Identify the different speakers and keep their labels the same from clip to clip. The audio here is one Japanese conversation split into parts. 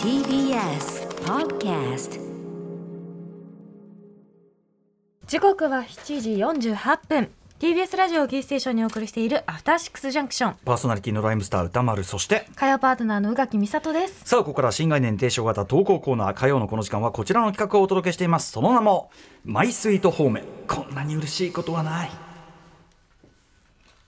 Speaker 1: TBS Podcast
Speaker 2: 時刻は7時48分 TBS ラジオをキーステーションにお送りしているアフターシックスジャンクション
Speaker 3: パーソナリティのライムスター歌丸そして
Speaker 2: 火曜パートナーの宇垣美里です
Speaker 3: さあここから新概念提唱型投稿コーナー火曜のこの時間はこちらの企画をお届けしていますその名も「マイスイートホームこんなに嬉しいことはな
Speaker 2: い
Speaker 3: い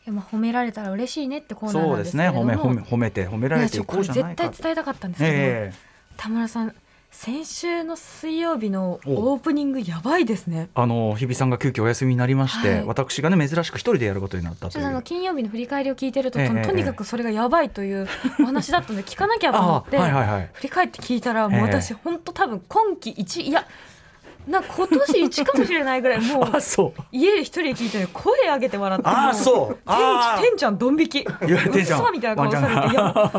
Speaker 2: やまあ褒められたら嬉しいねってコーナー
Speaker 3: そ
Speaker 2: な
Speaker 3: うん
Speaker 2: で
Speaker 3: ですす
Speaker 2: けれ
Speaker 3: ね
Speaker 2: ども
Speaker 3: 褒め褒め褒めて褒めら
Speaker 2: いや
Speaker 3: れ
Speaker 2: ち
Speaker 3: て
Speaker 2: ょ
Speaker 3: い
Speaker 2: こ
Speaker 3: こう
Speaker 2: れ
Speaker 3: じゃな
Speaker 2: 絶
Speaker 3: いか
Speaker 2: 対伝えたかったんですけど、
Speaker 3: ええ
Speaker 2: 田村さん先週の水曜日の
Speaker 3: お
Speaker 2: オープニングやばいですね
Speaker 3: あの日比さんが急遽お休みになりまして、
Speaker 2: はい
Speaker 3: 私がね珍しく一人でやることになった
Speaker 2: ち
Speaker 3: と
Speaker 2: ょ
Speaker 3: い
Speaker 2: っとあの
Speaker 3: う。
Speaker 2: 金曜日の振り返りを聞いてると、
Speaker 3: ええ
Speaker 2: ととにかくそれがやばいというお話だったので聞かなきゃと思って、
Speaker 3: あはいはいはい
Speaker 2: 振り返って聞いたらもう私
Speaker 3: え
Speaker 2: 本当多分今季一いやな今年一かもしれないぐらいもう
Speaker 3: そう
Speaker 2: 家で一人で聞いてる声上げて笑って
Speaker 3: あ
Speaker 2: も
Speaker 3: あそう
Speaker 2: 天
Speaker 3: あ
Speaker 2: 天ちゃんドン引き
Speaker 3: いや天ちゃん
Speaker 2: うっさみたいな顔さ
Speaker 3: ワ
Speaker 2: れ
Speaker 3: ン
Speaker 2: てい
Speaker 3: ちゃ
Speaker 2: や
Speaker 3: ん
Speaker 2: あんなに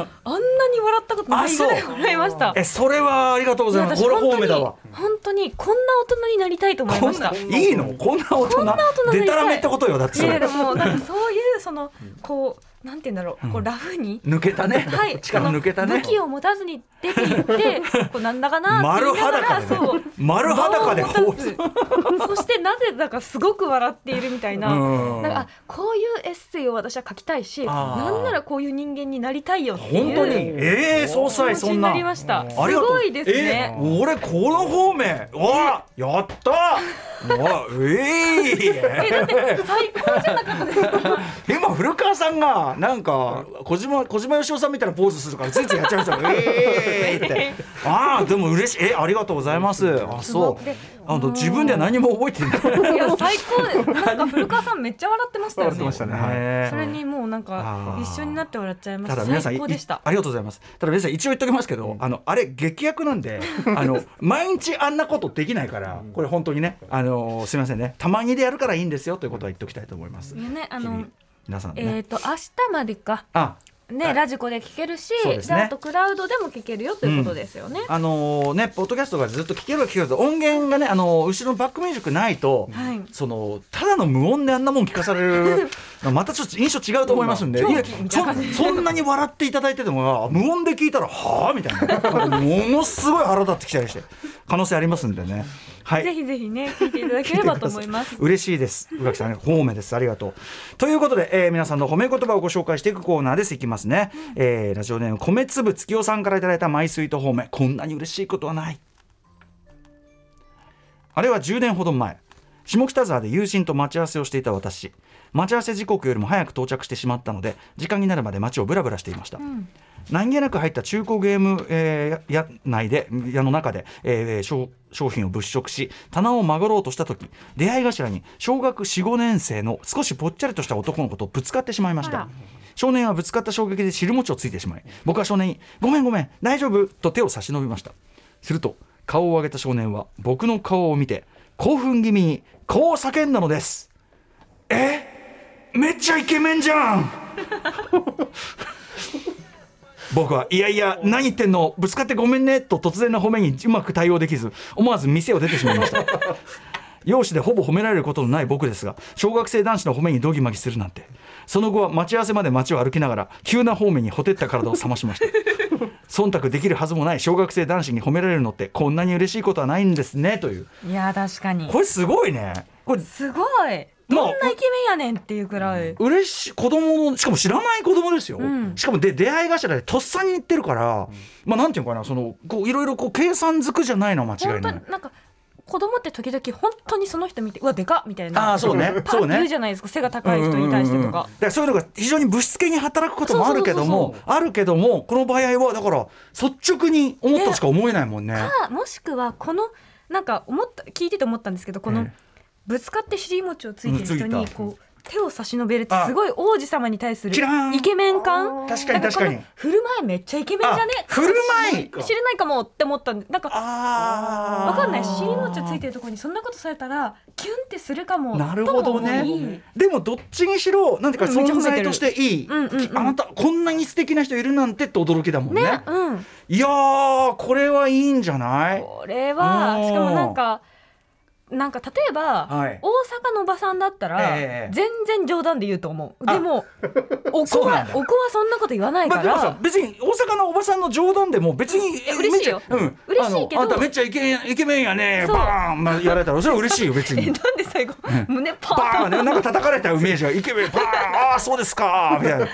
Speaker 2: 笑ったことないぐらい
Speaker 3: あそう
Speaker 2: 笑いました
Speaker 3: あえそれはありがとうございますこれ
Speaker 2: いや私
Speaker 3: 褒めだわ
Speaker 2: 本当に本当にこんな大人になりたいと思い
Speaker 3: こ
Speaker 2: ま
Speaker 3: ん
Speaker 2: した
Speaker 3: ないいのこんな大人
Speaker 2: こんな大人になりたい
Speaker 3: でたらめってことよだってそ
Speaker 2: いや
Speaker 3: れ
Speaker 2: でもなんかそういうそのこうなんて言うんだろうこうラフに
Speaker 3: 抜けたね、
Speaker 2: はい、
Speaker 3: 力抜けたね
Speaker 2: 武器を持たずに出て行って、こうなんだかなって言
Speaker 3: 丸
Speaker 2: いながら、
Speaker 3: 裸で
Speaker 2: そう
Speaker 3: ね。丸裸で
Speaker 2: 場を
Speaker 3: 放
Speaker 2: 持たずそしてなぜだかすごく笑っているみたいな。
Speaker 3: うん
Speaker 2: なんかあこういうエッセイを私は書きたいし、
Speaker 3: あー
Speaker 2: なんならこういう人間になりたいよっていう。
Speaker 3: 本当にええー、総
Speaker 2: 気持
Speaker 3: 裁
Speaker 2: ち
Speaker 3: そ
Speaker 2: に
Speaker 3: んな
Speaker 2: なりました。す
Speaker 3: ありがとう
Speaker 2: ごいですね。
Speaker 3: えー俺この方面わあやったーわあええ
Speaker 2: だって最高じゃなかったですか。
Speaker 3: 今古川さんがなんか小島小島よしおさんみたいなポーズするからついついやっちゃい ましたねええってああでも嬉しいえありがとうございますあそう
Speaker 2: で
Speaker 3: あの自分では何も覚えてない
Speaker 2: いや最高です。なんか古川さんめっちゃ笑ってましたよね。
Speaker 3: ねは い
Speaker 2: それにもうなんか
Speaker 3: あー
Speaker 2: 一緒になって笑っちゃいました
Speaker 3: だ
Speaker 2: た
Speaker 3: 皆さん
Speaker 2: 最高でし
Speaker 3: い
Speaker 2: た。
Speaker 3: ありがとうございますただ皆さん一応言っときますけど、あのあれ劇薬なんであの毎日あんなことできないからこれ本当にねあのすみませんねたまにでやるからいいんですよということは言っておきたいと思います、
Speaker 2: いやねあ
Speaker 3: 日
Speaker 2: の
Speaker 3: 々皆さんね、
Speaker 2: えっ、と明日までか
Speaker 3: あ
Speaker 2: ね、
Speaker 3: はい
Speaker 2: ラジコで聞けるし、
Speaker 3: そうです
Speaker 2: で
Speaker 3: ね
Speaker 2: あとクラウドでも聞けるよということですよね。
Speaker 3: あのねポッドキャストがずっと聞けるは聞けるけど音源がねあの後ろのバックミュージックないと、
Speaker 2: はい
Speaker 3: そのただの無音であんなもん聞かされるまたちょっと印象違うと思いますんで、いやちょそんなに笑っていただいてても無音で聞いたらはあみたいなものすごい腹立ってきたりして可能性ありますんでねはい
Speaker 2: ぜひぜひね聞いていただければと思いま す。
Speaker 3: 嬉しいです宇垣さん褒めですありがとうということで、えー皆さんの褒め言葉をご紹介していくコーナーですいきますね、えーラジオネーム米粒月代さんからいただいたマイスイート褒めこんなに嬉しいことはないあれは10年ほど前下北沢で友人と待ち合わせをしていた私待ち合わせ時刻よりも早く到着してしまったので時間になるまで街をブラブラしていました、何気なく入った中古ゲーム、えーや内で屋の中で、えー商商品を物色し棚を曲がろうとした時出会い頭に小学45年生の少しぽっちゃりとした男の子とぶつかってしまいまし
Speaker 2: あら
Speaker 3: た少年はぶつかった衝撃で汁餅をついてしまい僕は少年に「ごめんごめん大丈夫」と手を差し伸べましたすると顔を上げた少年は僕の顔を見て興奮気味にこう叫んだのですえめっちゃイケメンじゃん 僕はいやいや何言ってんのぶつかってごめんねと突然の褒めにうまく対応できず思わず店を出てしまいました 容姿でほぼ褒められることのない僕ですが小学生男子の褒めにドギマギするなんてその後は待ち合わせまで街を歩きながら急な方面にほてった体を冷ましました忖度できるはずもない小学生男子に褒められるのってこんなに嬉しいことはないんですねという
Speaker 2: いや確かに
Speaker 3: これすごいねこれ
Speaker 2: すごい
Speaker 3: ま
Speaker 2: ど
Speaker 3: あ
Speaker 2: んなイケメンやねんっていうくらい。
Speaker 3: 嬉しい子供のしかも知らない子供ですよ、
Speaker 2: うん
Speaker 3: しかもで出会い頭でとっさに言ってるから、まあなんていうのかなそのこういろいろこう計算づくじゃないのは間違
Speaker 2: 本
Speaker 3: い
Speaker 2: 当
Speaker 3: な
Speaker 2: に
Speaker 3: い。
Speaker 2: なんか子供って時々本当にその人見てうわでかっみたいな
Speaker 3: あーそうね
Speaker 2: パッ
Speaker 3: そ
Speaker 2: て
Speaker 3: うね
Speaker 2: 言うじゃないですか背が高い人に対してと
Speaker 3: うんうんうん
Speaker 2: か
Speaker 3: だ。からそういうのが非常にぶしつけに働くこともあるけど
Speaker 2: そうそう
Speaker 3: もあるけどもこの場合はだから率直に思ったとしか思えないもんね。
Speaker 2: かもしくはこのなんか思った聞いてて思ったんですけどこの、
Speaker 3: ええ
Speaker 2: ぶつかって尻餅をついてる人
Speaker 3: うん
Speaker 2: に
Speaker 3: ついた
Speaker 2: こう手を差し伸べるって
Speaker 3: あ
Speaker 2: すごい王子様に対する
Speaker 3: キラーン
Speaker 2: イケメン感
Speaker 3: 確かに
Speaker 2: なん
Speaker 3: 確かに
Speaker 2: この振る舞いめっちゃイケメンじゃね
Speaker 3: あ振る舞い
Speaker 2: かもしれないかもって思ったんでなんか
Speaker 3: あー
Speaker 2: わかんない尻餅ついてるところにそんなことされたらキュンってするかも
Speaker 3: なるほど
Speaker 2: とも思い
Speaker 3: ね。でもどっちにしろなんていうか
Speaker 2: うんめっちゃ褒め
Speaker 3: 存
Speaker 2: てる
Speaker 3: 在としていい、
Speaker 2: うんうんうん
Speaker 3: あなたこんなに素敵な人いるなんてって驚きだもんね。
Speaker 2: ね、うん、
Speaker 3: いやーこれはいいんじゃない
Speaker 2: これは
Speaker 3: うん
Speaker 2: しかもなんかなんか例えば、
Speaker 3: はい
Speaker 2: 大阪のおばさんだったら、
Speaker 3: ええ
Speaker 2: 全然冗談で言うと思う
Speaker 3: あ
Speaker 2: でもお子
Speaker 3: そうな
Speaker 2: は
Speaker 3: んだ
Speaker 2: お子はそんなこと言わない
Speaker 3: ま
Speaker 2: か
Speaker 3: あ、でも
Speaker 2: ら、
Speaker 3: さ別に大阪のおばさんの冗談でも別に
Speaker 2: え嬉しいよ
Speaker 3: めっちゃうん、
Speaker 2: 嬉しいけど
Speaker 3: あのあんためっちゃイケイケメンやね
Speaker 2: そう
Speaker 3: バーン、まあ、やられたらそれは嬉しいよ 別
Speaker 2: え
Speaker 3: に
Speaker 2: なんで最後胸パ
Speaker 3: バ
Speaker 2: ーン
Speaker 3: ーンねなんか叩かれたイメージがイケメンバーンああそうですかみたいなうん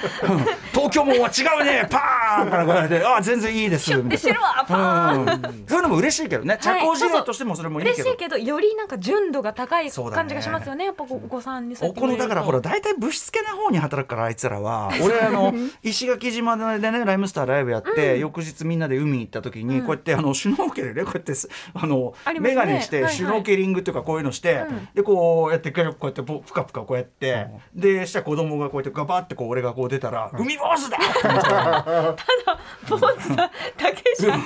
Speaker 3: 東京もんは違うねパーンからこうやられてああ全然いいですみ
Speaker 2: で
Speaker 3: たい
Speaker 2: 白はパーン
Speaker 3: な、うん、そういうのも嬉しいけどね社交辞令としてもそれもいいけ
Speaker 2: 嬉
Speaker 3: ど、
Speaker 2: しいけどよりなんか純度が高い
Speaker 3: そうだね
Speaker 2: 感じがしますよねやっぱおお子さんにそうや
Speaker 3: お
Speaker 2: って
Speaker 3: こ
Speaker 2: 見れ
Speaker 3: の
Speaker 2: ると
Speaker 3: だからほら大体ぶしつけな方に働くからあいつ らは俺あの石垣島でねライムスターライブやって、翌日みんなで海行った時に、こうやってあのシュノーケルでこうやってす あの
Speaker 2: あります
Speaker 3: 眼
Speaker 2: ね
Speaker 3: 鏡し
Speaker 2: はい
Speaker 3: て
Speaker 2: はい
Speaker 3: シュノーケリングっていうかこういうのして、でこうやってこうやってぽぷかぷかこうやって、でしたら子供がこうやってガバってこう俺がこう出たら「海坊主だ!」って 言って
Speaker 2: 坊主だ竹じゃん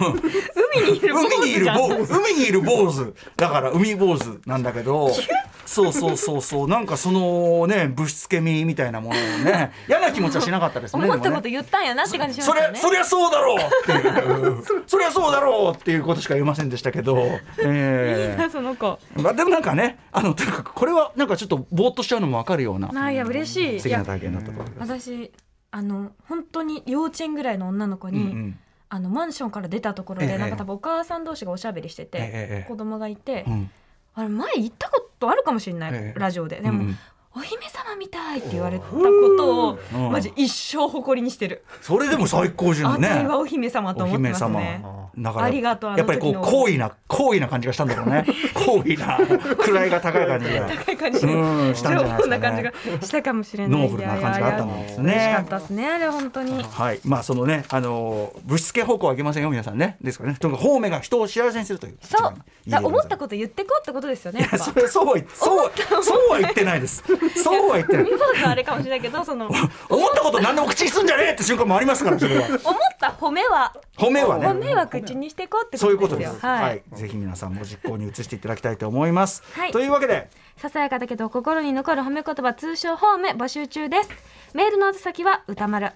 Speaker 2: 海にいる坊
Speaker 3: 海に
Speaker 2: 主
Speaker 3: いる
Speaker 2: じゃん
Speaker 3: 坊海にいる坊主だから海坊主なんだけどそうそうそうそうなんかそのねぶしつけみみたいなものをね嫌な気持ちはしなかったですね
Speaker 2: 思った
Speaker 3: でも
Speaker 2: こ
Speaker 3: ね
Speaker 2: と言ったんやなって感じします
Speaker 3: そ
Speaker 2: よ
Speaker 3: れ
Speaker 2: ね
Speaker 3: そりゃそうだろうっていう そりゃそうだろうっていうことしか言えませんでしたけど、
Speaker 2: いい
Speaker 3: え
Speaker 2: なその子
Speaker 3: ーまあ、でもなんかねあのとにかくこれはなんかちょっとぼーっとしちゃうのも分かるような
Speaker 2: ないや嬉しい
Speaker 3: 素
Speaker 2: い
Speaker 3: 敵
Speaker 2: や
Speaker 3: な体験だったと思います。
Speaker 2: 私あの本当に幼稚園ぐらいの女の子に、
Speaker 3: うんうん
Speaker 2: あのマンションから出たところ
Speaker 3: え
Speaker 2: で、
Speaker 3: え
Speaker 2: なんか多分お母さん同士がおしゃべりしてて、
Speaker 3: ええええ
Speaker 2: 子供がいて、
Speaker 3: うん
Speaker 2: あれ前言ったことあるかもしれない、
Speaker 3: ええ
Speaker 2: ラジオででも、
Speaker 3: うんうん
Speaker 2: お姫様みたいって言われたことを
Speaker 3: うん
Speaker 2: マジ一生誇りにしてる、
Speaker 3: それでも最高じゃ
Speaker 2: あ
Speaker 3: んね。
Speaker 2: たいはお姫様と
Speaker 3: お
Speaker 2: 思って
Speaker 3: 姫
Speaker 2: ます
Speaker 3: 様
Speaker 2: ね
Speaker 3: だから
Speaker 2: ありがとうあの
Speaker 3: やっぱりこう
Speaker 2: 時の
Speaker 3: 高位な高位な感じがしたんだろ うね高位な位が高い感じが
Speaker 2: 高い感じで
Speaker 3: うんしたんじゃないですかね
Speaker 2: な感じがしたかもしれない
Speaker 3: ノーブルな感じがあったもんです
Speaker 2: いやいやいや嬉しか
Speaker 3: ね
Speaker 2: ったですねあれ本当に
Speaker 3: はいまあそのねあのーぶしつけ方向はいけませんよ皆さんねですからねとにかく方面が人を幸せにするという
Speaker 2: そう
Speaker 3: 一
Speaker 2: だ
Speaker 3: 番いい例
Speaker 2: 思
Speaker 3: でございます
Speaker 2: ったこと言ってこうってことですよね
Speaker 3: い
Speaker 2: やっぱ
Speaker 3: やそれそうは言ってそうはそうは言ってないですそうは言ってない
Speaker 2: 海坊主はあれかもしれないけどその思っ
Speaker 3: 思ったこと何でも口にすんじゃねえって瞬間もありますからそれは
Speaker 2: た褒めは
Speaker 3: 褒めはね
Speaker 2: 褒めは口にしてこうって
Speaker 3: そういうこ
Speaker 2: こととで
Speaker 3: です
Speaker 2: よ
Speaker 3: す。
Speaker 2: は
Speaker 3: はいい、ぜひ皆さんも実行に移していただきたいと思います。
Speaker 2: はい
Speaker 3: というわけで、
Speaker 2: ささやかだけど心に残る褒め言葉通称褒め募集中ですメールの宛先は歌丸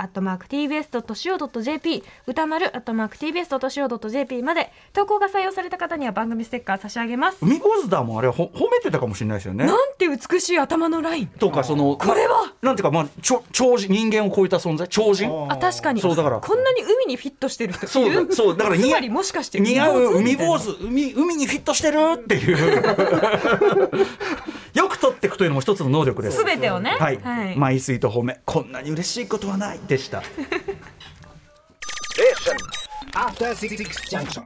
Speaker 2: atmarktbs.co.jp 歌丸 atmarktbs.co.jp まで投稿が採用された方には番組ステッカー差し上げます
Speaker 3: 海坊主だもんあれはほ褒めてたかもしれないですよね。
Speaker 2: なんて美しい頭のライン
Speaker 3: とかその
Speaker 2: これは
Speaker 3: なんていうかまあちょ超人人間を超えた存在超人
Speaker 2: あ確かに
Speaker 3: そうだから
Speaker 2: こんなに海にフィットしてる人い
Speaker 3: そう
Speaker 2: る
Speaker 3: だそうだから
Speaker 2: つ
Speaker 3: 似合
Speaker 2: ま
Speaker 3: う
Speaker 2: りもしかして
Speaker 3: 似合う海坊
Speaker 2: 主
Speaker 3: 主海海にフィットしてるっていう よく取っていくというのも一つの能力です
Speaker 2: すべてをね
Speaker 3: はい、
Speaker 2: はい
Speaker 3: マイスイート褒めこんなに嬉しいことはないでした
Speaker 4: After Six Junction.